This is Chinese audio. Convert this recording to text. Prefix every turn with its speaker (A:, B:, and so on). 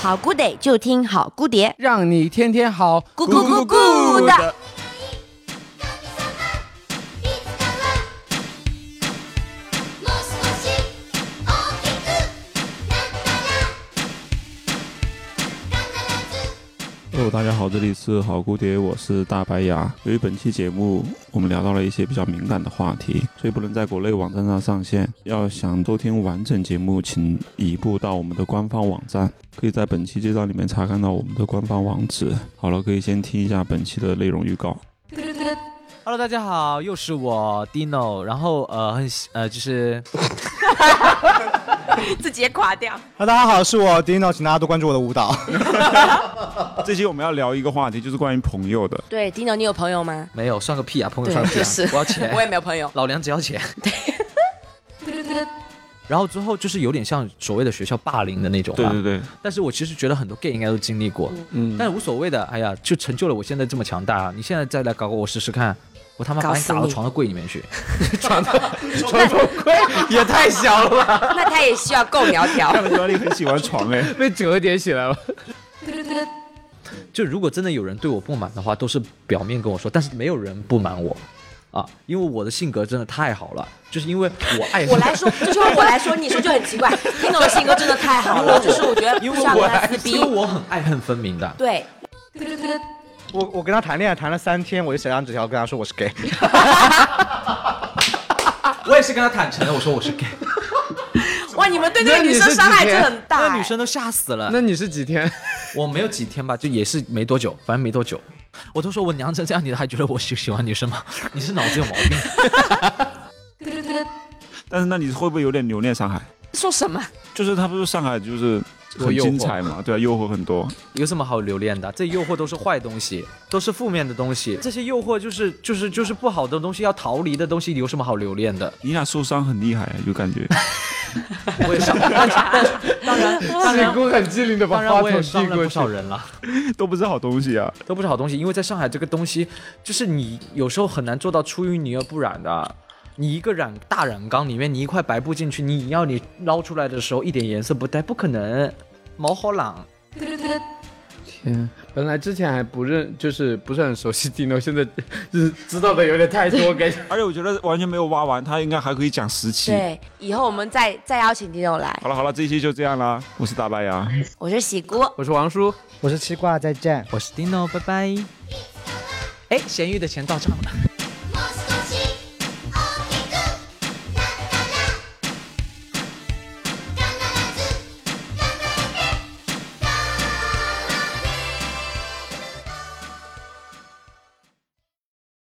A: 好姑得就听好姑爹，
B: 让你天天好，
A: 咕咕咕咕的。
C: もう少し大きくなった
D: 哦，大家好，这里是好蝴蝶，我是大白牙。由于本期节目我们聊到了一些比较敏感的话题，所以不能在国内网站上上线。要想收听完整节目，请移步到我们的官方网站，可以在本期介绍里面查看到我们的官方网址。好了，可以先听一下本期的内容预告。
E: Hello，大家好，又是我 Dino，然后呃很喜呃就是
A: 自己也垮掉。
F: 大家好，是我 Dino，请大家多关注我的舞蹈。
D: 这期我们要聊一个话题，就是关于朋友的。
A: 对，Dino，你有朋友吗？
E: 没有算个屁啊，朋友
A: 对
E: 算个屁啊，
A: 就是
E: 我要钱，
A: 我也没有朋友。
E: 老娘只要钱。 然后之后就是有点像所谓的学校霸凌的那种吧，
D: 对对对，
E: 但是我其实觉得很多 gay 应该都经历过，
D: 嗯，
E: 但是无所谓的。哎呀，就成就了我现在这么强大。你现在再来搞我试试看，我他妈把
A: 搞
E: 你
A: 死
E: 打到
A: 你
E: 床的柜里面去，床头床头柜也太小了吧，
A: 那他也需要够苗条。
D: 看得出来你很喜欢床哎、
B: 被折叠起来了。
E: 就如果真的有人对我不满的话，都是表面跟我说，但是没有人不满我啊，因为我的性格真的太好了，就是因为我爱
A: 我来说，这句话我来说，你说就很奇怪。Dino 的性格真的太好了，就是我觉 得
E: 因
A: 不
E: 为
A: 像
E: 我
A: 跟他
E: 来
A: 撕，逼
E: 因。为我很爱 恨分明的。
A: 对，
F: 我我跟他谈恋爱谈了三天，我就写张纸条跟他说我是 gay。
E: 我也是跟他坦诚的，我说我是 gay，
A: 哇，你们对这个
B: 那你
A: 女生
B: 是
A: 伤害
B: 几
A: 真
B: 天
A: 的很大、
E: 那
A: 哎
E: 女生都吓死了。
B: 那你是几天？
E: 我没有几天吧，就也是没多久，反正没多久，我都说我娘成这样，你还觉得我喜喜欢女生吗？ 你是脑子有毛病。
D: 但是那你会不会有点留恋上海？
A: 说什么？
D: 就是他不是上海就是很精彩嘛，对啊，诱惑很多。
E: 有什么好留恋的？这诱惑都是坏东西，都是负面的东西。这些诱惑就是就是就是不好的东西，要逃离的东西，有什么好留恋的？
D: 你俩受伤很厉害、啊，有感觉。
E: 我也 伤，当然当然 当
B: 子
E: 然
B: 宫很机灵的把
E: 当然
B: 话
E: 我
B: 筒
E: 也伤
B: 递
E: 了
B: 过
E: 不
B: 去
E: 少。人了，
D: 都不是好东西啊。
E: 都不是好东西。因为在上海这个东西，就是你有时候很难做到出淤泥而不染的。你一个染大染缸里面，你一块白布进去，你要你捞出来的时候一点颜色不带，不可能。毛好朗，
B: 天，本来之前还不认，就是不是很熟悉 Dino，现在就是知道的有点太多，感觉。
D: 而且我觉得完全没有挖完，他应该还可以讲十期。
A: 对，以后我们再再邀请 Dino 来。
D: 好了好了，这一期就这样啦。我是大白牙，
A: 我是喜姑，
B: 我是王叔，
F: 我是吃瓜，再见。
E: 我是哎 Dino，拜拜。哎，咸鱼的钱到账了。